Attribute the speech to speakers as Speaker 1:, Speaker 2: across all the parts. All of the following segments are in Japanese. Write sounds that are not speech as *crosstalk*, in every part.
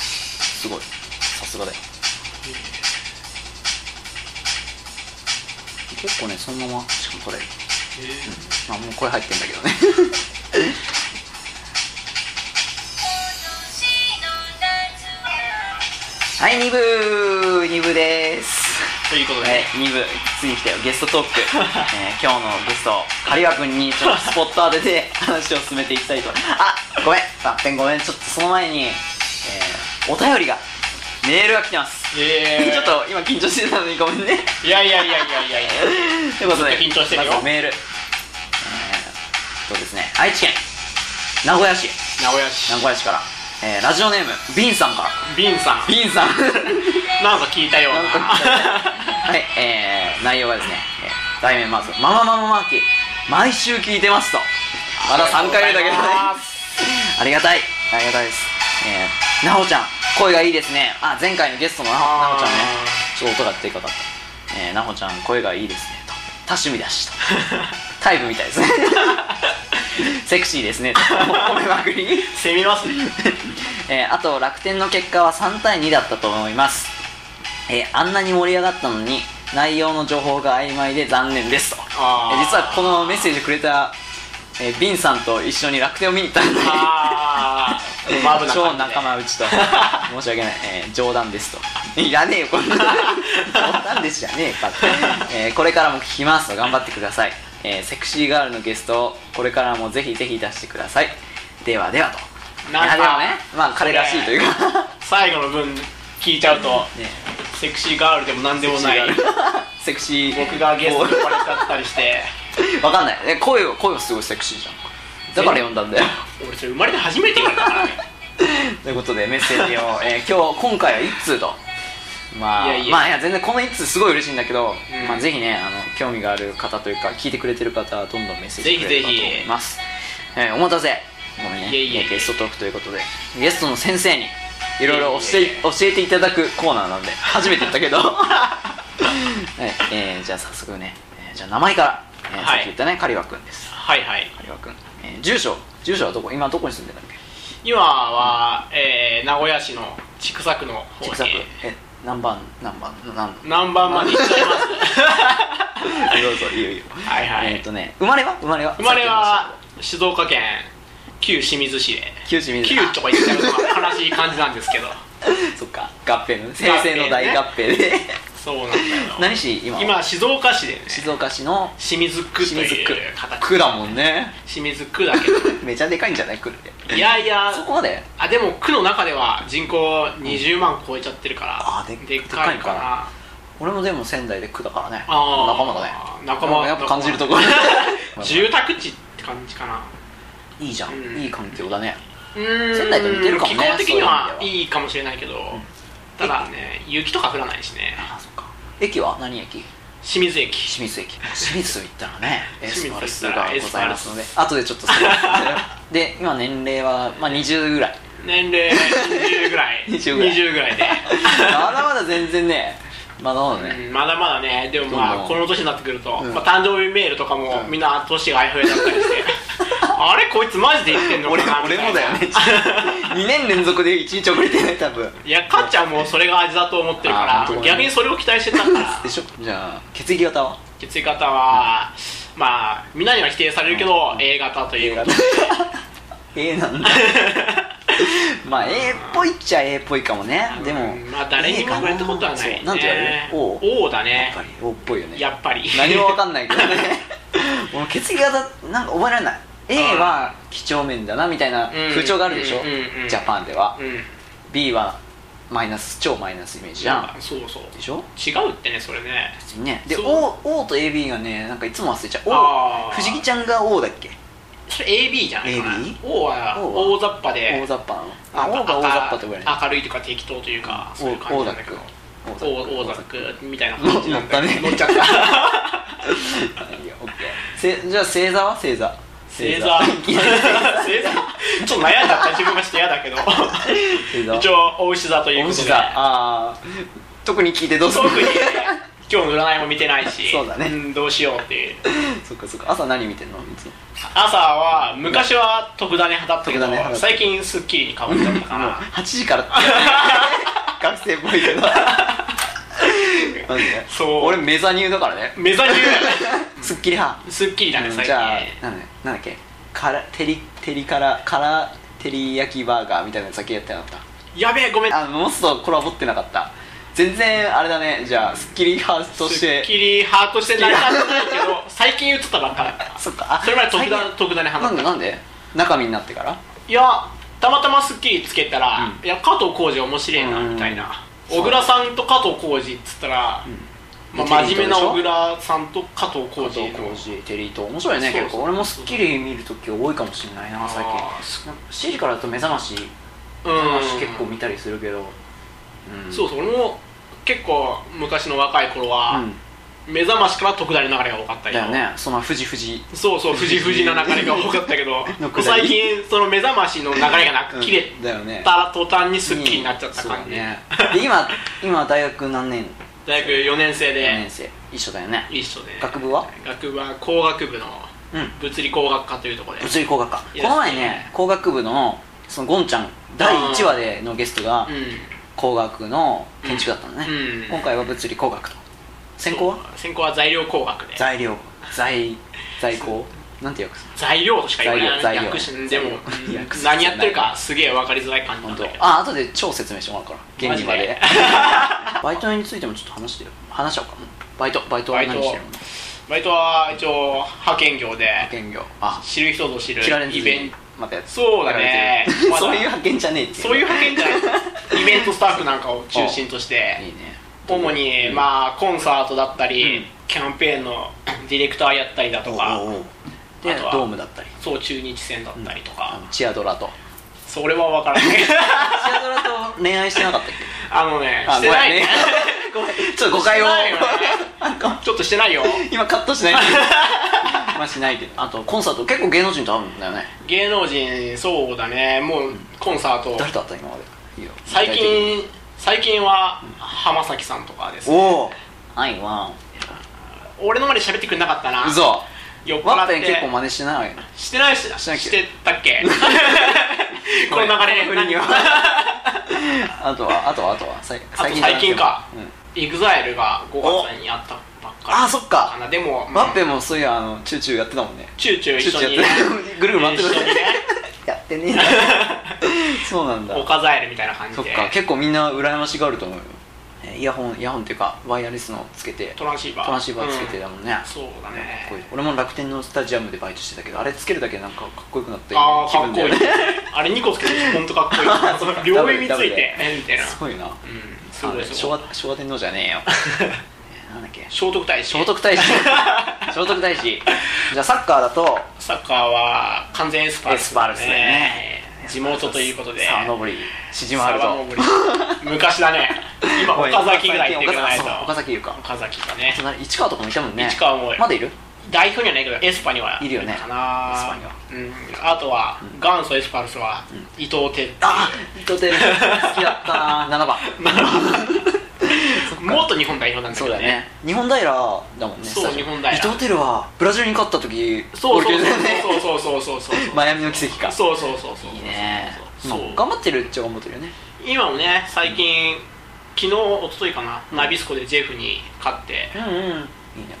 Speaker 1: すごいさすがだよ結構ねそのまましかも取れるまあもう声入ってんだけどね *laughs* はい2部2部です
Speaker 2: ということで、
Speaker 1: え2部ついに来たよゲストトーク、 *laughs* えー今日のゲスト狩岩君にちょっとスポット当て *laughs* て話を進めていきたいとあごめんバッテンごめんちょっとその前に、えーお便りがメールが来てます、
Speaker 2: えー
Speaker 1: *laughs* ちょっと今緊張してたのにごめんね
Speaker 2: いやいやいやいやいやいや
Speaker 1: *laughs* ということで
Speaker 2: ちょっと緊張してるよ
Speaker 1: まずメールえーそうですね愛知県名古屋市
Speaker 2: 名古屋市
Speaker 1: 名古屋市から、えーラジオネームビンさんから
Speaker 2: ビンさん
Speaker 1: ビンさん
Speaker 2: なんか聞いた *laughs* ような
Speaker 1: なんか *laughs* はいえー、内容がですね、えー題名まず「マママママーキー毎週聞いてますとまだ3回目だけどね
Speaker 2: あ
Speaker 1: ありがたいありがたいですえー、なおちゃん声がいいですねあ前回のゲストのななおちゃんねちょっと音がでかかったえー、なほちゃん声がいいですねと多趣味だしと
Speaker 2: りがとうございます
Speaker 1: タイプみたいですねセクシーですねと褒めまく
Speaker 2: *laughs*
Speaker 1: り
Speaker 2: *laughs* 攻めますね
Speaker 1: えーあと楽天の結果は3対2だったと思います、えーあんなに盛り上がったのに内容の情報が曖昧で残念ですと、え
Speaker 2: あー
Speaker 1: ー実はこのメッセージくれた、えービンさんと一緒に楽天を見に行ったんで
Speaker 2: あーマブな
Speaker 1: 超
Speaker 2: 感じで
Speaker 1: 仲間内
Speaker 2: *laughs*
Speaker 1: と申し訳ない、えー冗談ですといらねえよこんな *laughs* 冗談ですじゃねえ
Speaker 2: *laughs*
Speaker 1: かって、えーこれからも聞きますと頑張ってください、えーセクシーガールのゲストをこれからもぜひぜひ出してくださいではではと
Speaker 2: なんか
Speaker 1: いやでもねまあ彼らしいというか
Speaker 2: *laughs* 最後の分聞いちゃうと、
Speaker 1: ね
Speaker 2: セクシーガールでも何でもない
Speaker 1: セクシー
Speaker 2: 僕がゲストに呼ばれちゃったりして
Speaker 1: *laughs* わかんないえ声は声はすごいセクシーじゃんだから呼んだんだよ
Speaker 2: *laughs* 俺それ生まれて初めて言われたからね
Speaker 1: ということでメッセージを、えー今日今回は1通とまあ
Speaker 2: いやいや
Speaker 1: まあいや全然この1通すごい嬉しいんだけど、
Speaker 2: うん
Speaker 1: まあ、ぜひねあの興味がある方というか聞いてくれてる方はどんどんメッセージくれればと
Speaker 2: ぜひぜひ
Speaker 1: 思いますえーお待たせごめんね
Speaker 2: いえいえいえ
Speaker 1: ゲストトークということでゲストの先生にいろいろ教え
Speaker 2: いえいえいえ
Speaker 1: 教えていただくコーナーなんで初めて言ったけ
Speaker 2: *laughs*
Speaker 1: ど、はいえーじゃあ早速ね、えーじゃあ名前から、えー
Speaker 2: はい
Speaker 1: さっき言ったね狩輪君です
Speaker 2: はいはい
Speaker 1: 狩輪君、えー住所住所はどこ今どこに住んでるんだっけ
Speaker 2: 今は、えー名古屋市の千種区の方
Speaker 1: 千種
Speaker 2: に
Speaker 1: 区え何番何番何番
Speaker 2: 何番ま
Speaker 1: *laughs*
Speaker 2: で行っちゃいます
Speaker 1: どうぞいいよいいよ
Speaker 2: はいはい
Speaker 1: えっ、とね生まれは生まれは
Speaker 2: 生まれは静岡県旧清水市で
Speaker 1: 九州水
Speaker 2: 旧とか言っちゃうのが悲しい感じなんですけ
Speaker 1: *laughs*
Speaker 2: ど *laughs*
Speaker 1: あそっか合併のね先生の大合併で、
Speaker 2: そうなんだよ
Speaker 1: 何市今は
Speaker 2: 今静岡市でね
Speaker 1: 静岡市の
Speaker 2: 清水区と
Speaker 1: 清
Speaker 2: い
Speaker 1: 水
Speaker 2: う
Speaker 1: 区
Speaker 2: 形
Speaker 1: 区だもんね
Speaker 2: 清水区だけど
Speaker 1: *laughs* めちゃでかいんじゃない区って
Speaker 2: いやいや
Speaker 1: そこまで
Speaker 2: あでも区の中では人口20万超えちゃってるから、
Speaker 1: あで
Speaker 2: っかい
Speaker 1: でっかい
Speaker 2: か
Speaker 1: か
Speaker 2: な
Speaker 1: な俺もでも仙台で区だからね
Speaker 2: あー
Speaker 1: 仲間だね
Speaker 2: 仲間
Speaker 1: やっぱ感じるところ
Speaker 2: *laughs* 住宅地って感じかない
Speaker 1: いじゃん、
Speaker 2: うん
Speaker 1: いい環境だね
Speaker 2: うーん
Speaker 1: 仙台と似てるかもね
Speaker 2: 気候的には
Speaker 1: そういう意味ではい
Speaker 2: いかもしれないけどただね雪とか降らないしね
Speaker 1: あそっか駅は何駅
Speaker 2: 清水駅
Speaker 1: 清水駅清水行ったらねエ
Speaker 2: 清水
Speaker 1: ス
Speaker 2: 行
Speaker 1: パ
Speaker 2: ったら
Speaker 1: ルスがございますので後でちょっとそれで今年齢は、まあ、20ぐらい
Speaker 2: 年齢20ぐ
Speaker 1: *laughs*
Speaker 2: らい
Speaker 1: 20ぐらい
Speaker 2: 20ぐらいで
Speaker 1: まだまだ全然ねまだまだね、
Speaker 2: うんまだまだねで
Speaker 1: ど
Speaker 2: も
Speaker 1: んど
Speaker 2: ま
Speaker 1: ん
Speaker 2: あこの年になってくると、
Speaker 1: うん
Speaker 2: まあ、誕生日メールとかも
Speaker 1: うん
Speaker 2: みんな年があやふやだったりして
Speaker 1: *laughs*
Speaker 2: あれこいつマジで言ってんの
Speaker 1: 俺
Speaker 2: かな
Speaker 1: も俺
Speaker 2: みたい
Speaker 1: も
Speaker 2: な
Speaker 1: だよ *laughs* ね2年連続で1日遅れてない多分
Speaker 2: *laughs* いやかっちゃんもそれが味だと思ってる
Speaker 1: あー
Speaker 2: か
Speaker 1: 本当
Speaker 2: ら
Speaker 1: だね
Speaker 2: 逆にそれを期待してたから
Speaker 1: でしょじゃあ血液型は
Speaker 2: 血液型はまあみんなには否定されるけど A 型ということで
Speaker 1: *laughs* A なんだまあ A っぽいっちゃ A っぽいかもねでも
Speaker 2: うんまあ誰にも言われたことはない
Speaker 1: そ
Speaker 2: ね
Speaker 1: うなんて言われる O?
Speaker 2: O だ
Speaker 1: や
Speaker 2: ね
Speaker 1: っぱり O っぽいよね
Speaker 2: やっぱり
Speaker 1: 何も分かんないけど *laughs* ね俺血液型なんか覚えられない A は几帳面だなみたいな風潮があるでしょ、
Speaker 2: うんうんうん
Speaker 1: ジャパンでは、
Speaker 2: *laughs* うん
Speaker 1: B はマイナス超マイナスイメージじゃん
Speaker 2: そうそう
Speaker 1: でしょ
Speaker 2: 違うってねそれね
Speaker 1: 別にねで
Speaker 2: そう
Speaker 1: O, o と AB がねなんかいつも忘れちゃ
Speaker 2: あ
Speaker 1: う O
Speaker 2: ー
Speaker 1: 藤木ちゃんが O だっけ
Speaker 2: それ AB じゃないかな
Speaker 1: AB
Speaker 2: O は
Speaker 1: O は
Speaker 2: 大雑把で
Speaker 1: O 雑把なの
Speaker 2: な
Speaker 1: あ
Speaker 2: ん
Speaker 1: O
Speaker 2: か
Speaker 1: が O 雑把って呼ばれる
Speaker 2: 明るいというか適当というかそういう感
Speaker 1: O
Speaker 2: じ
Speaker 1: だ
Speaker 2: なん
Speaker 1: っ
Speaker 2: だけど
Speaker 1: け
Speaker 2: O 大雑把みたいな感じなんだけど
Speaker 1: *laughs* 乗
Speaker 2: 乗
Speaker 1: っ
Speaker 2: っ
Speaker 1: ち
Speaker 2: ち
Speaker 1: ゃ
Speaker 2: ゃ
Speaker 1: っ
Speaker 2: ったた
Speaker 1: いや OK せじゃあ星座は星座
Speaker 2: 星座
Speaker 1: いきなり *laughs*
Speaker 2: 星座ちょっと悩んじゃった自分がして嫌だけど
Speaker 1: 星
Speaker 2: *laughs*
Speaker 1: 座
Speaker 2: 一応お牛座とい
Speaker 1: お
Speaker 2: う
Speaker 1: う
Speaker 2: こと
Speaker 1: し
Speaker 2: で
Speaker 1: 座ああ特に聞いてどうする
Speaker 2: 特に今日の占いも見てないし
Speaker 1: そうだね
Speaker 2: んどうしようっていう
Speaker 1: そっかそっか朝何見てんのいつも
Speaker 2: 朝は昔は特ダネ派だったけど、
Speaker 1: 特ダネ派だった
Speaker 2: 最近スッキリに変わっちゃったか
Speaker 1: もう
Speaker 2: な
Speaker 1: 8時からって *laughs* 学生っぽい
Speaker 2: *laughs*
Speaker 1: けどマジで
Speaker 2: そう
Speaker 1: 俺メザニューだからね
Speaker 2: *laughs* メザニュー
Speaker 1: すっきり派
Speaker 2: すっきりだね
Speaker 1: うん
Speaker 2: 最
Speaker 1: じ
Speaker 2: 近
Speaker 1: ゃあ
Speaker 2: ね
Speaker 1: なんだなんだっけからてりてりからからてり焼きバーガーみたいなやつだけやってなかっ
Speaker 2: やべえごめん
Speaker 1: たあモスとコラボってなかった全然あれだねじゃあスッキリ派とし
Speaker 2: すってきりハートして成り立ってないけど最近映ったばっか
Speaker 1: そっかあ
Speaker 2: それまで特
Speaker 1: 最
Speaker 2: 段
Speaker 1: 近
Speaker 2: 特段に
Speaker 1: な
Speaker 2: 話
Speaker 1: んでなんで中身になってから
Speaker 2: いやたまたま『スッキリ』つけたら
Speaker 1: う
Speaker 2: 「いや加藤浩次面白いな」みたいな
Speaker 1: うん
Speaker 2: 小倉さんと加藤浩次っつったら、まあ、真面目な小倉さんと加藤浩次の
Speaker 1: 司テリーと面白いね
Speaker 2: そう
Speaker 1: 結
Speaker 2: そう
Speaker 1: 構俺も『スッキリ』見るとき多いかもしれないな最
Speaker 2: あーす
Speaker 1: 近なんか7時からだと目覚まし
Speaker 2: う
Speaker 1: 目覚ま
Speaker 2: ん
Speaker 1: し結構見たりするけどうん
Speaker 2: そうそう俺も結構昔の若い頃は、
Speaker 1: うん
Speaker 2: 目覚ましから特大の流れが多かったけ
Speaker 1: だ
Speaker 2: ど
Speaker 1: よねその富士富士
Speaker 2: そうそう富士富士の流れが多かったけど
Speaker 1: *laughs* のくだり
Speaker 2: 最近その目覚ましの流れがな
Speaker 1: う
Speaker 2: く
Speaker 1: ん
Speaker 2: 切れ
Speaker 1: だよね
Speaker 2: たら途端にスッキリになっちゃった感じ、 *laughs*
Speaker 1: そうだねで今今大学何年
Speaker 2: 大学4年生
Speaker 1: 何年
Speaker 2: で
Speaker 1: 生一緒だよね
Speaker 2: 一緒で
Speaker 1: 学部は
Speaker 2: 学部は工学部の
Speaker 1: うん
Speaker 2: 物理工学科というところで
Speaker 1: 物理工学科
Speaker 2: いや
Speaker 1: この前ね工学部のそのゴンちゃん第1話でのゲストが
Speaker 2: う
Speaker 1: 工学の建築だったのね
Speaker 2: ん、うん、
Speaker 1: 今回は物理工学と専攻は
Speaker 2: そう専攻は材料工学で
Speaker 1: 材料材材工なんて訳す
Speaker 2: 材料としか言わない
Speaker 1: 材料
Speaker 2: 訳しで
Speaker 1: 材料
Speaker 2: も
Speaker 1: 材料
Speaker 2: うん
Speaker 1: 訳す
Speaker 2: 何やってるかすげえ分かりづらい感じな
Speaker 1: 本
Speaker 2: んだ
Speaker 1: 当
Speaker 2: けど
Speaker 1: あ後で超説明してもらうから原理ま
Speaker 2: マジ
Speaker 1: で
Speaker 2: で
Speaker 1: *laughs* バイトについてもちょっと話してよ話しちゃおうかバイトバイトは何してるの
Speaker 2: バイトは一応派遣業で
Speaker 1: 派遣業あ
Speaker 2: 知る人ぞ知る
Speaker 1: 切られず
Speaker 2: イベン
Speaker 1: に
Speaker 2: ト
Speaker 1: またやつ
Speaker 2: そうだね
Speaker 1: 切られずに
Speaker 2: まだ
Speaker 1: そういう派遣じゃねえって
Speaker 2: そういう派遣じゃな
Speaker 1: *laughs*
Speaker 2: いイベントスタッフなんかを中心とし
Speaker 1: いい
Speaker 2: て
Speaker 1: ね
Speaker 2: 主にまあコンサートだったり、
Speaker 1: うん
Speaker 2: キャンペーンの *coughs* ディレクターやったりだとか
Speaker 1: おうおうおうで
Speaker 2: あとは
Speaker 1: ドームだったり
Speaker 2: そう中日戦だったりと
Speaker 1: あ
Speaker 2: か、
Speaker 1: のチアドラとチ
Speaker 2: それは分か
Speaker 1: *laughs*
Speaker 2: らない
Speaker 1: アドラと恋愛してなかったっけ
Speaker 2: あのね
Speaker 1: あ
Speaker 2: してないね
Speaker 1: ごめんねごめんちょっと誤解を
Speaker 2: してないよね
Speaker 1: *laughs* なんか
Speaker 2: *laughs* ちょっとしてないよ
Speaker 1: 今カットしないまあしないけど *laughs* あとコンサート結構芸能人と会うんだよね
Speaker 2: 芸能人そうだねもうコンサート
Speaker 1: 誰と会った今までいいよ
Speaker 2: 最
Speaker 1: 具体的に
Speaker 2: 近最近は浜崎さんとかです
Speaker 1: おおアイワ
Speaker 2: 俺の前で喋ってくれなかったな
Speaker 1: ンうそ
Speaker 2: 酔っ払
Speaker 1: ワ
Speaker 2: っ
Speaker 1: ッ
Speaker 2: て
Speaker 1: ペン結構真似してないよね
Speaker 2: してない
Speaker 1: し
Speaker 2: し
Speaker 1: てないっけ
Speaker 2: してたっ
Speaker 1: *laughs*
Speaker 2: けこの流れ
Speaker 1: この振りには
Speaker 2: 何
Speaker 1: あとはあとはあとは最
Speaker 2: あと最近か
Speaker 1: うん
Speaker 2: EXILE が5月にあったばっ
Speaker 1: あ
Speaker 2: か
Speaker 1: ーそっ
Speaker 2: りか
Speaker 1: か
Speaker 2: なでも
Speaker 1: ワッペ
Speaker 2: ン
Speaker 1: ンもそういうあのチューチューやってたもんね
Speaker 2: チューチュー
Speaker 1: チュ
Speaker 2: 一
Speaker 1: ー
Speaker 2: 緒
Speaker 1: チュ
Speaker 2: に
Speaker 1: ーや
Speaker 2: *laughs*
Speaker 1: ってるぐるぐる回って
Speaker 2: 一
Speaker 1: る
Speaker 2: 緒
Speaker 1: *laughs*
Speaker 2: にね
Speaker 1: やってねえな
Speaker 2: *laughs*
Speaker 1: そうなんだ
Speaker 2: オカザエルみたいな感じ
Speaker 1: そっ
Speaker 2: で
Speaker 1: か結構みんな羨ましがると思うよえイヤホンイヤホンっていうかワイヤレスのつけて
Speaker 2: トランシーバー
Speaker 1: トランシーバーつけてだもんね、
Speaker 2: うんそうだ
Speaker 1: かっ
Speaker 2: ね
Speaker 1: こいい俺も楽天のスタジアムでバイトしてたけどあれつけるだけでなんかかっこよくなった
Speaker 2: ああ
Speaker 1: 気
Speaker 2: かっ
Speaker 1: 分
Speaker 2: こ
Speaker 1: だ
Speaker 2: い
Speaker 1: よ
Speaker 2: い
Speaker 1: ね
Speaker 2: あれ2個つけてると本当かっ
Speaker 1: *laughs*
Speaker 2: こいい両耳ついてえみたいな
Speaker 1: すごいな
Speaker 2: うんす
Speaker 1: あ
Speaker 2: ご
Speaker 1: の
Speaker 2: いす
Speaker 1: 昭
Speaker 2: ごい
Speaker 1: 和昭和天皇じゃねえ
Speaker 2: *laughs*
Speaker 1: よえなんだっけ
Speaker 2: 聖徳太子
Speaker 1: 聖徳
Speaker 2: *laughs*
Speaker 1: 太子聖徳太子じゃあサッカーだと
Speaker 2: サッカーは完全エスパルス
Speaker 1: エスパルスだね
Speaker 2: 地元ということで
Speaker 1: 沢登り縮まる
Speaker 2: 沢
Speaker 1: と
Speaker 2: 登り昔だ
Speaker 1: *laughs*
Speaker 2: ね今岡崎ぐらい行ってくれないと
Speaker 1: 岡崎いうか
Speaker 2: 岡崎だね
Speaker 1: 隣市川とかもいたもんね
Speaker 2: 市川もいる
Speaker 1: まだいる
Speaker 2: 代表にはないけどエスパにはい
Speaker 1: るよね
Speaker 2: かな
Speaker 1: エスパには
Speaker 2: うん、あとは元祖エスパルスは伊藤哲
Speaker 1: あ伊藤輝好きだった
Speaker 2: *laughs*
Speaker 1: な7番
Speaker 2: 元日本代表なんだけ
Speaker 1: そう
Speaker 2: ど
Speaker 1: だ
Speaker 2: ね
Speaker 1: ね日本平だもんね
Speaker 2: そう
Speaker 1: スタジオ
Speaker 2: 日本平
Speaker 1: 伊藤輝はブラジルに勝った時
Speaker 2: そう
Speaker 1: ゴールキーパーだよね
Speaker 2: そうそうそうそうそうそうそ
Speaker 1: *laughs*
Speaker 2: う
Speaker 1: マヤミの奇跡か
Speaker 2: そうそうそうそう
Speaker 1: いいね
Speaker 2: そう
Speaker 1: まあ頑張ってるっちゃ頑張ってるよね
Speaker 2: 今もね最近昨日一昨日かな、ナビスコでジェフに勝って
Speaker 1: うんうんいいね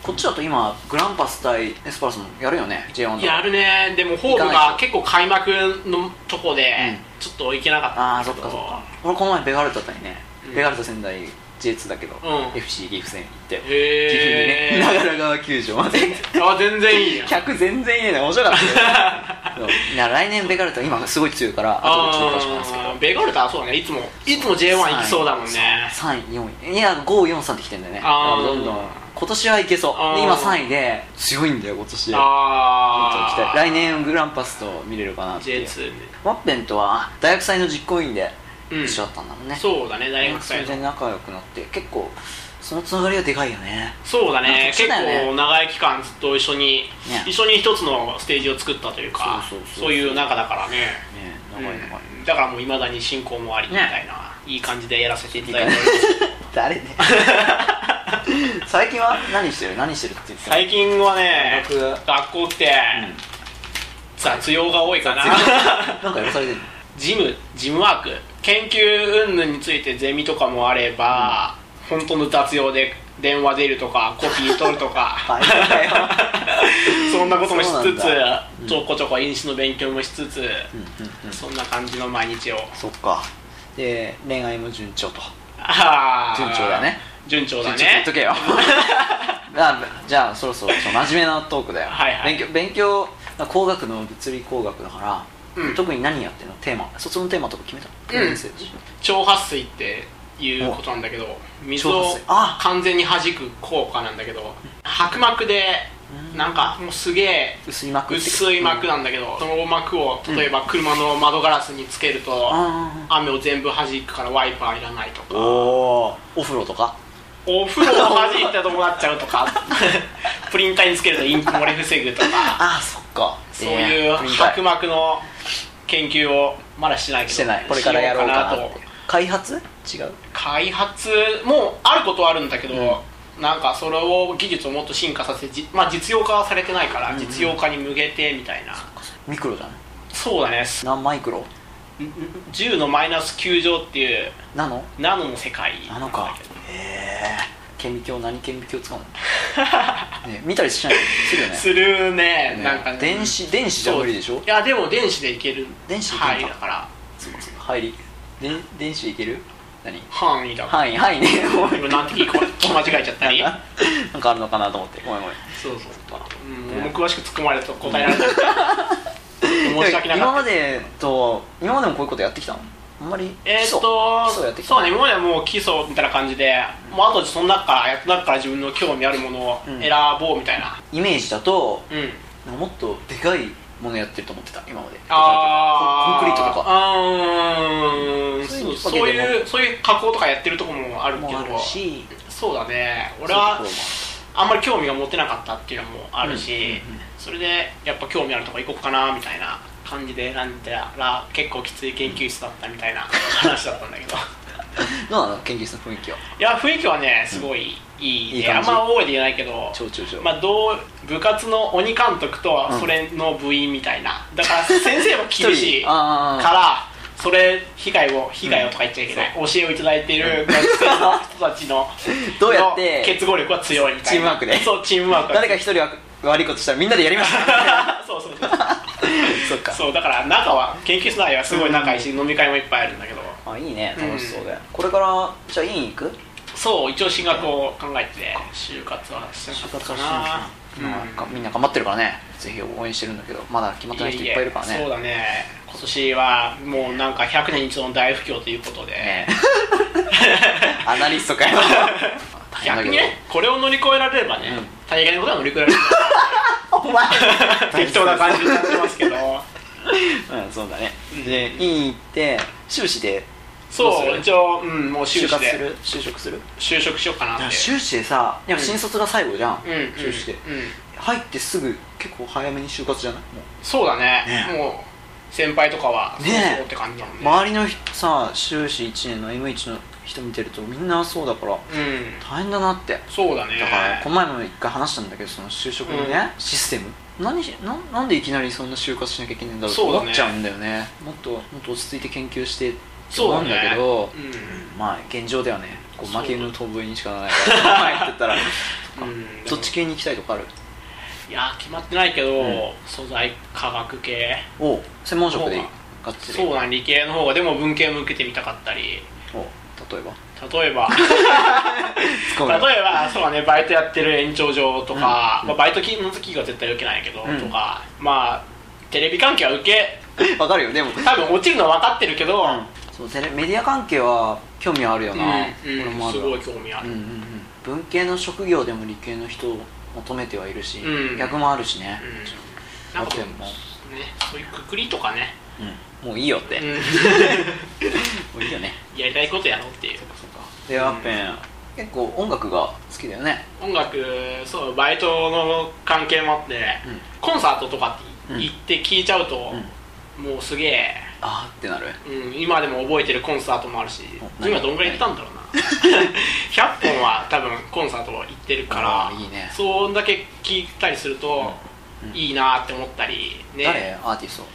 Speaker 1: こっちだと今グランパス対エスパルスもやるよね J1 で
Speaker 2: やるねでもホームが結構開幕のとこで
Speaker 1: う
Speaker 2: ちょっと行けなかった
Speaker 1: あ
Speaker 2: ん
Speaker 1: あ
Speaker 2: だ
Speaker 1: そっ
Speaker 2: け
Speaker 1: か
Speaker 2: ど
Speaker 1: そっか俺この前ベガルタ対ね、
Speaker 2: うん
Speaker 1: ベガルタ仙台 J2 だけど、
Speaker 2: うん
Speaker 1: FC 岐阜戦行って岐阜にね
Speaker 2: へえ
Speaker 1: 長良川球場
Speaker 2: *laughs*
Speaker 1: まで
Speaker 2: あ全
Speaker 1: *laughs*
Speaker 2: 然いいや
Speaker 1: 客全然いいね面白かった
Speaker 2: *laughs*
Speaker 1: よそういや来年ベガルタ今すごい強いからあとでちょっと詳しく話すけど
Speaker 2: あーベガルタはそうだねいつもいつも J1 行きそうだもんね
Speaker 1: 3位4位いや543ってきてんだよね
Speaker 2: あー
Speaker 1: どんどん今年はいけそう
Speaker 2: あー
Speaker 1: で今3位で強いんだよ今年ちょっと
Speaker 2: あ
Speaker 1: 期
Speaker 2: あ
Speaker 1: 待来年グランパスと見れるかなっていう
Speaker 2: J2
Speaker 1: ワッペンとは大学祭の実行委員で
Speaker 2: うん
Speaker 1: 一緒だったんだもんね、
Speaker 2: そうだね大学
Speaker 1: それ
Speaker 2: 祭
Speaker 1: で
Speaker 2: の
Speaker 1: 仲良くなって結構そのつながりはでかいよね
Speaker 2: そうだ
Speaker 1: なん
Speaker 2: ね
Speaker 1: かそ
Speaker 2: 結
Speaker 1: うだよね
Speaker 2: 構長い期間ずっと一緒に
Speaker 1: ね
Speaker 2: 一緒に一つのステージを作ったというか
Speaker 1: そうそうそう
Speaker 2: そういう仲だからね
Speaker 1: ね長い長い、
Speaker 2: うんだからもういまだに進行もありみたいな、いい感じでやらせていただいております
Speaker 1: 誰ね
Speaker 2: *laughs*
Speaker 1: 最近は何してる何してるって言って
Speaker 2: 最近はね
Speaker 1: 学
Speaker 2: 学校来て、
Speaker 1: ん
Speaker 2: 雑用が多いかな *laughs*
Speaker 1: なんかやらされてる
Speaker 2: ジムジムワーク研究云々についてゼミとかもあれば、本当の雑用で電話出るとかコピー取
Speaker 1: *laughs*
Speaker 2: るとか
Speaker 1: 大変だよ
Speaker 2: *laughs* そんなこともしつ
Speaker 1: そうなんだうん
Speaker 2: つちょこちょこ飲酒の勉強もしつつ、
Speaker 1: うんうんうん
Speaker 2: そんな感じの毎日を
Speaker 1: そっかで恋愛も順調と
Speaker 2: あー
Speaker 1: 順調だね
Speaker 2: 順調
Speaker 1: 順調っ
Speaker 2: だ
Speaker 1: て言
Speaker 2: ね
Speaker 1: っとけよ
Speaker 2: *laughs*
Speaker 1: あじゃあそろそろその真面目なトークだよ
Speaker 2: はいはい
Speaker 1: 勉強勉強まあ工学の物理工学だから、
Speaker 2: うん
Speaker 1: 特に何やってんのテーマ卒論テーマとか決めたの、
Speaker 2: うん
Speaker 1: 年生でしょ
Speaker 2: 超撥水っていうことなんだけど水
Speaker 1: 超撥
Speaker 2: を
Speaker 1: 水あ
Speaker 2: 完全に弾く効果なんだけど薄膜で
Speaker 1: うん
Speaker 2: なんかもうすげえ
Speaker 1: 薄い膜って
Speaker 2: 薄い膜なんだけどその膜を例えば車の窓ガラスにつけると
Speaker 1: あ
Speaker 2: 雨を全部弾くからワイパーいらないと
Speaker 1: ー
Speaker 2: か
Speaker 1: おーお風呂とか
Speaker 2: お風呂を弾いたとこなっちゃう
Speaker 1: *laughs*
Speaker 2: とかプリンターにつけるとインク漏れ防ぐとか
Speaker 1: ああそっか
Speaker 2: そういう薄膜の研究をまだしてないけど
Speaker 1: してないこれからやろうか
Speaker 2: し
Speaker 1: な
Speaker 2: よ
Speaker 1: っ
Speaker 2: う
Speaker 1: て開発違う
Speaker 2: 開発もあることはあるんだけど、なんかそれを技術をもっと進化させじ、まあ、実用化はされてないから、
Speaker 1: うんうん
Speaker 2: 実用化に向けてみたいな
Speaker 1: ミクロじゃない
Speaker 2: そうだね
Speaker 1: 何マイクロ
Speaker 2: 10のマイナス9乗っていう
Speaker 1: なの
Speaker 2: ナノの世界
Speaker 1: なのかへえ顕微鏡何顕微鏡使うの、ね、見たりしないするよね
Speaker 2: *laughs* するね
Speaker 1: ね
Speaker 2: なんかね
Speaker 1: 電子電子じゃ無理でしょ
Speaker 2: そういやでも電子でいける
Speaker 1: 電子でいけるのか
Speaker 2: 範囲だから
Speaker 1: 入りで電子いける何
Speaker 2: 範囲だから
Speaker 1: 範囲範囲ねごめん
Speaker 2: 今なんていいか間違えち
Speaker 1: *laughs*
Speaker 2: ゃったり
Speaker 1: なんかなんかあるのかなと思ってごめんごめん
Speaker 2: そうそううん、もう詳しく突っ込まれると答えら
Speaker 1: *laughs*
Speaker 2: れない申し訳なかった
Speaker 1: 今までと今までもこういうことやってきたのあんまり
Speaker 2: えーっと
Speaker 1: 基礎やってきた
Speaker 2: そうね今まではもう基礎みたいな感じで、もうあとその中からやっと中から自分の興味あるものを
Speaker 1: うん
Speaker 2: 選ぼうみたいな
Speaker 1: イメージだと
Speaker 2: うん、
Speaker 1: なんかもっとでかいものやってると思ってた今まで
Speaker 2: ああ
Speaker 1: コンクリートとか
Speaker 2: うーん
Speaker 1: そうい
Speaker 2: そ
Speaker 1: うう
Speaker 2: そ
Speaker 1: わ
Speaker 2: う
Speaker 1: けでも
Speaker 2: いうそういう加工とかやってるとこもあるけ
Speaker 1: も
Speaker 2: ど
Speaker 1: あるし
Speaker 2: そうだね俺は
Speaker 1: そういうところも
Speaker 2: あんまり興味が持てなかったっていうのもあるし、
Speaker 1: うんうんうん
Speaker 2: それでやっぱ興味あるとこ行こうかなみたいな感じで選んだら結構きつい研究室だったみたいな話だったんだけど
Speaker 1: どうなの研究室の雰囲気はい
Speaker 2: や雰囲気はねすごいいい,、ね
Speaker 1: いい感じ
Speaker 2: あんま覚えて言えないけど
Speaker 1: 超超超
Speaker 2: まあ、どう部活の鬼監督と
Speaker 1: うん
Speaker 2: それの部員みたいな、だから先生も厳しい
Speaker 1: 一人
Speaker 2: か
Speaker 1: あー
Speaker 2: らそれ被害を被害をとか言っちゃいけない、教えをいただいている学生の人たちの
Speaker 1: *laughs* どうやって
Speaker 2: の結合力は強いみたいな
Speaker 1: チームワークで
Speaker 2: そうチームワーク
Speaker 1: 誰か一人悪いことしたらみんなでやりましょう
Speaker 2: *laughs* そうそうそう
Speaker 1: そっか
Speaker 2: *laughs* そうだから中は研究室内はすごい仲いいし、飲み会もいっぱいあるんだけど
Speaker 1: あいいね楽しそうで、これからじゃあ院行く
Speaker 2: そう一応進学を考えて就活はしてな
Speaker 1: 就
Speaker 2: かっ
Speaker 1: 活
Speaker 2: た
Speaker 1: は
Speaker 2: か
Speaker 1: してるん
Speaker 2: な
Speaker 1: ですねなんかみんな頑張ってるからねぜひ応援してるんだけどまだ決まってない人いっぱいいるからね
Speaker 2: ええそうだね今年はもうなんか100年に一度の大不況ということで、
Speaker 1: *laughs* ねアナリストかよ大変だ
Speaker 2: 逆
Speaker 1: け
Speaker 2: に
Speaker 1: ど
Speaker 2: ねこれを乗り越えられればね、
Speaker 1: うん
Speaker 2: 大概のことは乗り越えられる
Speaker 1: *laughs* お前
Speaker 2: 適当な感じになってます
Speaker 1: *laughs*
Speaker 2: けど
Speaker 1: うんそうだね
Speaker 2: うん
Speaker 1: で院行って修士でど
Speaker 2: そうう
Speaker 1: す
Speaker 2: 一
Speaker 1: る
Speaker 2: 応、うん、もう修
Speaker 1: 就
Speaker 2: 士
Speaker 1: 活す
Speaker 2: で
Speaker 1: る就職する
Speaker 2: 就職しようかなって
Speaker 1: 修士でさやっぱ新卒が最後じゃん、
Speaker 2: うん、うん、
Speaker 1: 修士で
Speaker 2: うん
Speaker 1: 入ってすぐ結構早めに就活じゃないもう
Speaker 2: そうだね
Speaker 1: ね
Speaker 2: もう先輩とかはそう
Speaker 1: ねえ
Speaker 2: そうって感じだもんね
Speaker 1: 周りの人さ修士1年の M1 の人見てるとみんなそうだから
Speaker 2: うん
Speaker 1: 大変だなって
Speaker 2: そうだね
Speaker 1: だからこの前も一回話したんだけどその就職のね、システム何しななんでいきなりそんな就活しなきゃいけないんだろうと
Speaker 2: そうだね
Speaker 1: 思っちゃうんだよねもっともっと落ち着いて研究してって
Speaker 2: そう
Speaker 1: 思
Speaker 2: だ
Speaker 1: うん
Speaker 2: ね
Speaker 1: だけど
Speaker 2: うん
Speaker 1: まあ現状ではねこう
Speaker 2: そう
Speaker 1: 負け犬の遠吠えにしかならないから前言って
Speaker 2: *laughs*
Speaker 1: たら
Speaker 2: うん
Speaker 1: どっち系に行きたいとかある
Speaker 2: いや決まってないけど、
Speaker 1: うん
Speaker 2: 素材科学系
Speaker 1: お専門職でいい
Speaker 2: そ
Speaker 1: が
Speaker 2: う
Speaker 1: っつり
Speaker 2: そうなん理系の方がでも文系も受けてみたかったり
Speaker 1: お例えば
Speaker 2: 例え
Speaker 1: *laughs*
Speaker 2: ば
Speaker 1: 使うの
Speaker 2: 例えばそうだねバイトやってる延長上とか、
Speaker 1: うん
Speaker 2: まあ、バイトの時は絶対受けないけど、
Speaker 1: うん
Speaker 2: とかまあテレビ関係は受け
Speaker 1: わかるよでも
Speaker 2: 多分落ちるのは分かってるけど、うん
Speaker 1: そうテレメディア関係は興味あるよな、俺
Speaker 2: うん
Speaker 1: もある
Speaker 2: す
Speaker 1: わ
Speaker 2: ごい興味あ
Speaker 1: うん
Speaker 2: る、
Speaker 1: うんうん、文系の職業でも理系の人を求めてはいるし、
Speaker 2: うん
Speaker 1: 逆もあるしね、
Speaker 2: うん、
Speaker 1: な
Speaker 2: なん
Speaker 1: んか
Speaker 2: かそ
Speaker 1: で
Speaker 2: うね
Speaker 1: も、
Speaker 2: そういうくくりとかね、
Speaker 1: うんもういいよって、
Speaker 2: う
Speaker 1: も
Speaker 2: ん
Speaker 1: ういいよね
Speaker 2: やりたいことやろうっていう
Speaker 1: でアッペン、結構音楽が好きだよね
Speaker 2: 音楽そうバイトの関係もあって、
Speaker 1: うん
Speaker 2: コンサートとかって
Speaker 1: うん
Speaker 2: 行って聞いちゃうと、もうすげえ、
Speaker 1: あーってなる
Speaker 2: うん、今でも覚えてるコンサートもあるし
Speaker 1: お
Speaker 2: 今どんぐらい行ったんだろうな *laughs* 100本は多分コンサート行ってるから
Speaker 1: あーいいね
Speaker 2: そんだけ聞いたりすると、
Speaker 1: うんうん
Speaker 2: いいなって思ったりね
Speaker 1: 誰アーティスト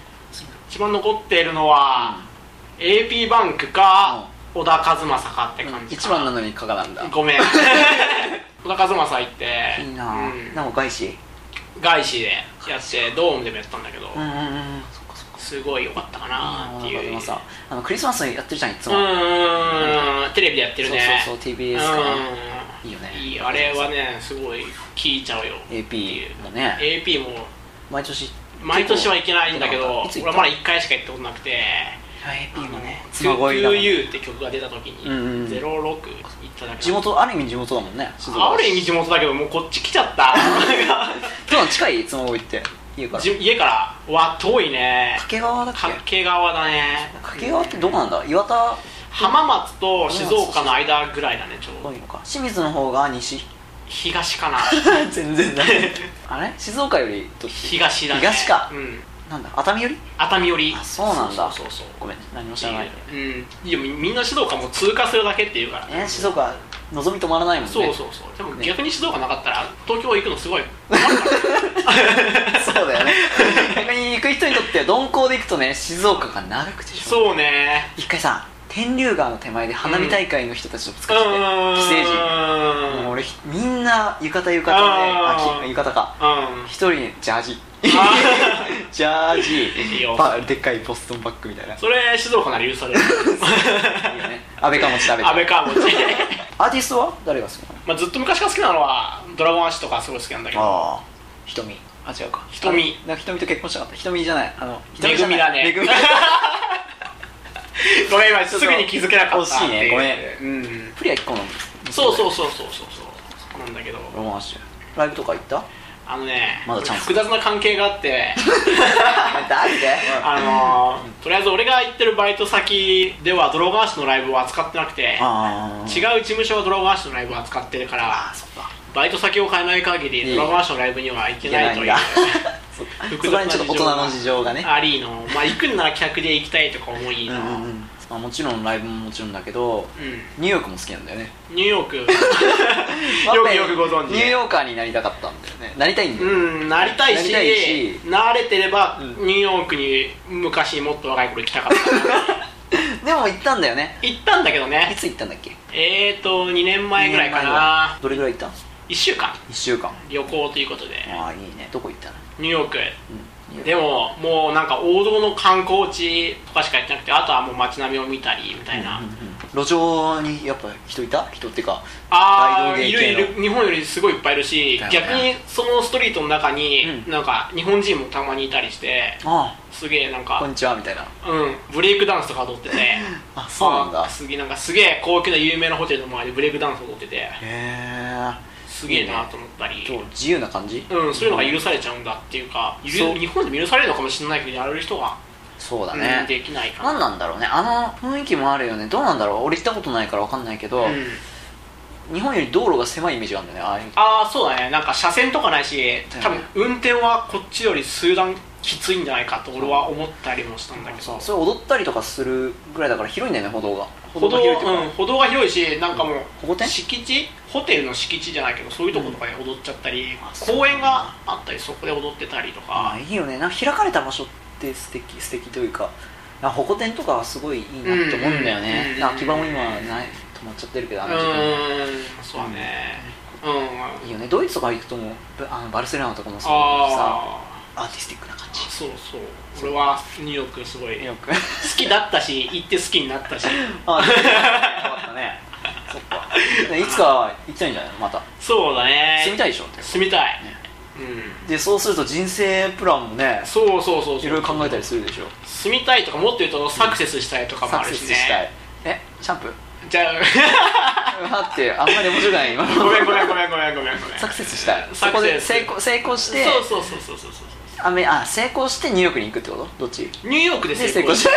Speaker 2: 一番残ってるのは、 AP バンクか小田和正かって感じ
Speaker 1: 一
Speaker 2: か
Speaker 1: 番なのに加賀なんだ
Speaker 2: ご
Speaker 1: *laughs*
Speaker 2: めん小田和正行って
Speaker 1: いいな
Speaker 2: う
Speaker 1: ぁ
Speaker 2: ん
Speaker 1: でも外資
Speaker 2: 外資でやってドームでもやったんだけど、
Speaker 1: うんうんうんそっかそっか
Speaker 2: すごい良かったかなっていう
Speaker 1: でもさあのクリスマスにやってるじゃんいつ
Speaker 2: う
Speaker 1: も
Speaker 2: ーんテレビでやってるね
Speaker 1: そうそうそう TBS かないいいよね
Speaker 2: いいあれはねすごい聞いちゃうよ
Speaker 1: AP もね
Speaker 2: AP も
Speaker 1: 毎年
Speaker 2: 毎年はいけないんだけど
Speaker 1: いつ
Speaker 2: 俺
Speaker 1: 行っ
Speaker 2: は
Speaker 1: た
Speaker 2: まだ1回しか行ったことなくて
Speaker 1: あ AP もね
Speaker 2: 「
Speaker 1: 妻恋だもん
Speaker 2: 2U」って曲が出た時に
Speaker 1: うんうんうん
Speaker 2: 06行っただけ
Speaker 1: 地元ある意味地元だもんね静岡
Speaker 2: ある意味地元だけどもうこっち来ちゃった
Speaker 1: *laughs*
Speaker 2: なんか
Speaker 1: でも近い妻恋って言うから
Speaker 2: じ家からは遠いね
Speaker 1: 掛川だっけ
Speaker 2: 掛川だね
Speaker 1: 掛川ってどこなんだ岩田
Speaker 2: 浜松と静岡の間ぐらいだねちょう
Speaker 1: 多
Speaker 2: ど
Speaker 1: いのか清水の方が
Speaker 2: *laughs*
Speaker 1: 西
Speaker 2: 東かな
Speaker 1: *laughs* 全然だあれ静岡よりどっち
Speaker 2: 東だね
Speaker 1: 東か
Speaker 2: うん
Speaker 1: なんだ熱海より
Speaker 2: 熱海寄り
Speaker 1: あそうなんだ
Speaker 2: そうそうそう
Speaker 1: ごめん何も知らない
Speaker 2: うんいやみんな静岡もう通過するだけっていうから
Speaker 1: えー静岡望み止まらないもんね
Speaker 2: そうそうそうでも
Speaker 1: ね
Speaker 2: 逆に静岡なかったら東京行くのすごい困るから
Speaker 1: *laughs* そうだよね逆に行く人にとっては鈍行で行くとね静岡が長くてしょう
Speaker 2: そうね
Speaker 1: 一回さ天竜川の手前で花火大会の人たちとぶつ
Speaker 2: う
Speaker 1: かって、
Speaker 2: ーん
Speaker 1: 帰省時もう俺ひみんな浴衣浴衣で、あ
Speaker 2: あー
Speaker 1: き浴衣か
Speaker 2: うん
Speaker 1: 一人ジャージ
Speaker 2: あ
Speaker 1: ジャー
Speaker 2: いい
Speaker 1: ジ
Speaker 2: よ
Speaker 1: ばでっかいボストンバッグみたいな
Speaker 2: ーそれ静岡なら許される
Speaker 1: いいよね安倍かもし食べて
Speaker 2: 安倍川餅
Speaker 1: アーティストは誰が好きなの
Speaker 2: *laughs* まあずっと昔から好きなのはドラゴンアッシュとかすごい好きなんだけど
Speaker 1: ああ瞳あ違うか
Speaker 2: 瞳
Speaker 1: あなんか瞳と結婚したかった瞳じゃないあの
Speaker 2: めぐみだね
Speaker 1: めぐみ
Speaker 2: *laughs* ごめん今すぐに気づけなかったって
Speaker 1: 惜しい
Speaker 2: いう
Speaker 1: ねごめ
Speaker 2: うん
Speaker 1: プリア1個の
Speaker 2: そうそう
Speaker 1: う
Speaker 2: そうそうそうそうなんだけど
Speaker 1: ロマンシュライブとか行った
Speaker 2: あのね
Speaker 1: まだチャンス
Speaker 2: 複雑な関係があって *laughs*
Speaker 1: 誰で
Speaker 2: あのーとりあえず俺が行ってるバイト先ではドロガーシュのライブを扱ってなくて
Speaker 1: あ
Speaker 2: 違
Speaker 1: う
Speaker 2: う事務所がドロガーシュのライブを扱ってるから
Speaker 1: あそっか
Speaker 2: バイト先を変えない限
Speaker 1: いい
Speaker 2: りドロガーシュのライブには行け
Speaker 1: い
Speaker 2: な
Speaker 1: や
Speaker 2: い
Speaker 1: な
Speaker 2: と
Speaker 1: ん
Speaker 2: いう *laughs*
Speaker 1: だそっかそこにちょっと大人の事情がね
Speaker 2: ありのまあ行くんなら客で行きたいとか思い
Speaker 1: うんう
Speaker 2: の
Speaker 1: んうんまあもちろんライブももちろんだけど
Speaker 2: うん
Speaker 1: ニューヨークも好きなんだよね
Speaker 2: ニュー
Speaker 1: *laughs*
Speaker 2: ヨーク *laughs* よくよくご存知
Speaker 1: ニューヨーカーになりたかったんだよねなりたいんだよ、
Speaker 2: うんなりたいし
Speaker 1: なりたいし
Speaker 2: 慣れてれば、
Speaker 1: うん
Speaker 2: ニューヨークに昔もっと若い頃行きたかっ
Speaker 1: *laughs*
Speaker 2: た
Speaker 1: でも行ったんだよね
Speaker 2: 行ったんだけど
Speaker 1: い
Speaker 2: ね
Speaker 1: つ行ったんだっけ
Speaker 2: えーと2年前ぐらいかな
Speaker 1: どれぐらい行ったの
Speaker 2: 1週間
Speaker 1: 1週間
Speaker 2: 旅行ということで
Speaker 1: ああいいねどこ行ったの、
Speaker 2: ニューヨーク
Speaker 1: うん、
Speaker 2: でももうなんか王道の観光地とかしか行ってなくてあとはもう街並みを見たりみたいな、
Speaker 1: うんうんうん路上にやっぱ人いた人っていうか
Speaker 2: あ
Speaker 1: 大
Speaker 2: あ
Speaker 1: 道芸
Speaker 2: い
Speaker 1: 系の
Speaker 2: るいる日本よりすごいいっぱいいるし、
Speaker 1: だよね
Speaker 2: 逆にそのストリートの中に、
Speaker 1: うん
Speaker 2: なんか日本人もたまにいたりして
Speaker 1: あ
Speaker 2: すげえなん
Speaker 1: あこん
Speaker 2: か
Speaker 1: にちはみたいな
Speaker 2: うんブレイクダンスとか
Speaker 1: *laughs*
Speaker 2: 踊ってて
Speaker 1: あそうなんだ
Speaker 2: あすげえなんかすげえ高級な有名なホテルの周りでブレイクダンス踊ってて
Speaker 1: へ
Speaker 2: すげえなと思ったり
Speaker 1: え今日自由な感じ
Speaker 2: うん、そういうのが許されちゃうんだっていうかゆる
Speaker 1: そう
Speaker 2: 日本でも許されるのかもしれないけどやれる人が、
Speaker 1: そうだ
Speaker 2: うん
Speaker 1: ね
Speaker 2: できないかな
Speaker 1: 何なんだろうねあの雰囲気もあるよねどうなんだろう俺行ったことないから分かんないけど、
Speaker 2: うん
Speaker 1: 日本より道路が狭いイメージがあるんだよねああいう
Speaker 2: ああそうだねなんか車線とかないし
Speaker 1: だ
Speaker 2: 多
Speaker 1: よ
Speaker 2: 分
Speaker 1: ね
Speaker 2: 運転はこっちより数段きついんじゃないかと俺は思ったりもしたんだけど
Speaker 1: そうそれ踊ったりとかするぐらいだから広いんだよね歩道が
Speaker 2: 歩道
Speaker 1: が広いっていうか、
Speaker 2: うん、歩道が広いしなんかもう、
Speaker 1: ここね
Speaker 2: 敷地ホテルの敷地じゃないけどそういうとことかで踊っちゃったり、
Speaker 1: そう
Speaker 2: 公園があったりそこで踊ってたりと
Speaker 1: ああ
Speaker 2: か、
Speaker 1: いいよねなんか開かれた場所って素敵素敵というかなんかホコ天とかはすごいいいなと思うんだよ
Speaker 2: うんうん
Speaker 1: ね、
Speaker 2: うん
Speaker 1: なんか空き場も今ない止まっちゃってるけどあ
Speaker 2: う
Speaker 1: の時間
Speaker 2: ーんそうだねうん、
Speaker 1: いいよねドイツとか行くともうぶあのバルセロナとかもそうだけどさ
Speaker 2: あ
Speaker 1: アーティスティックな感
Speaker 2: あ
Speaker 1: じ
Speaker 2: そうそう俺はニューヨークすごい好
Speaker 1: よく
Speaker 2: きだったし行って好きになったし
Speaker 1: あ *laughs* よかったねそっかいつか行きたいんじゃないのまた
Speaker 2: そうだね
Speaker 1: 住みたいでしょ
Speaker 2: 住みたい、
Speaker 1: ね
Speaker 2: うん
Speaker 1: でそうすると人生プランもね
Speaker 2: そうそうそうそう
Speaker 1: いろいろ考えたりするでしょ
Speaker 2: 住みたいとかもっと言うとサクセスしたいとかも
Speaker 1: サ
Speaker 2: あ
Speaker 1: ク
Speaker 2: る
Speaker 1: セ
Speaker 2: し
Speaker 1: ス
Speaker 2: ね
Speaker 1: したいえシャンプー
Speaker 2: じゃ
Speaker 1: *laughs* 待ってあんまり面白くない今
Speaker 2: あ *laughs*
Speaker 1: の
Speaker 2: ごめんごめんごめんごめんごめんごめん
Speaker 1: サクセスしたいそ
Speaker 2: サク
Speaker 1: こ
Speaker 2: セス
Speaker 1: で成功成功して
Speaker 2: そうそうそうそうそうそう
Speaker 1: あめあ成功してニューヨークに行くってことどっち
Speaker 2: ニューヨークで
Speaker 1: で
Speaker 2: 成
Speaker 1: 成
Speaker 2: 功
Speaker 1: 功
Speaker 2: し
Speaker 1: して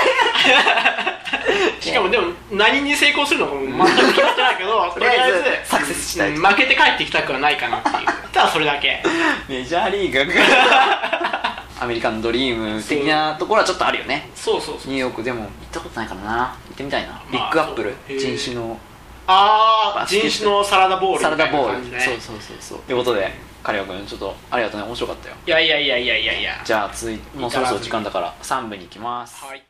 Speaker 1: *laughs* て
Speaker 2: しかもでも何に成功するのかも全く決まってないけどと
Speaker 1: *laughs* と
Speaker 2: り
Speaker 1: り
Speaker 2: あ
Speaker 1: あ
Speaker 2: え
Speaker 1: えず
Speaker 2: ず
Speaker 1: サクセスしたい
Speaker 2: うん負けて帰ってきたくはないかなっ
Speaker 1: *laughs*
Speaker 2: ていうただそれだけ
Speaker 1: メジャーリーガー *laughs* アメリカンドリーム的なところはちょっとあるよね
Speaker 2: そうそうそう
Speaker 1: ニューヨークでも行ったことないからな行ってみたいな、
Speaker 2: あ
Speaker 1: ビッグアップル
Speaker 2: そうへ
Speaker 1: 人
Speaker 2: ー
Speaker 1: 種の
Speaker 2: ああ
Speaker 1: バスケッ
Speaker 2: 人
Speaker 1: ト
Speaker 2: 種のサラダボールみ
Speaker 1: サ
Speaker 2: た
Speaker 1: ラ
Speaker 2: いな
Speaker 1: ダボー
Speaker 2: 感
Speaker 1: ル、
Speaker 2: じね
Speaker 1: そうそうそうそうということでカリオ君ちょっとありがとうね面白かったよ
Speaker 2: いやいやいやいやいやいや
Speaker 1: じゃあ続いもうそろそろ時間だから3部に行きます
Speaker 2: はい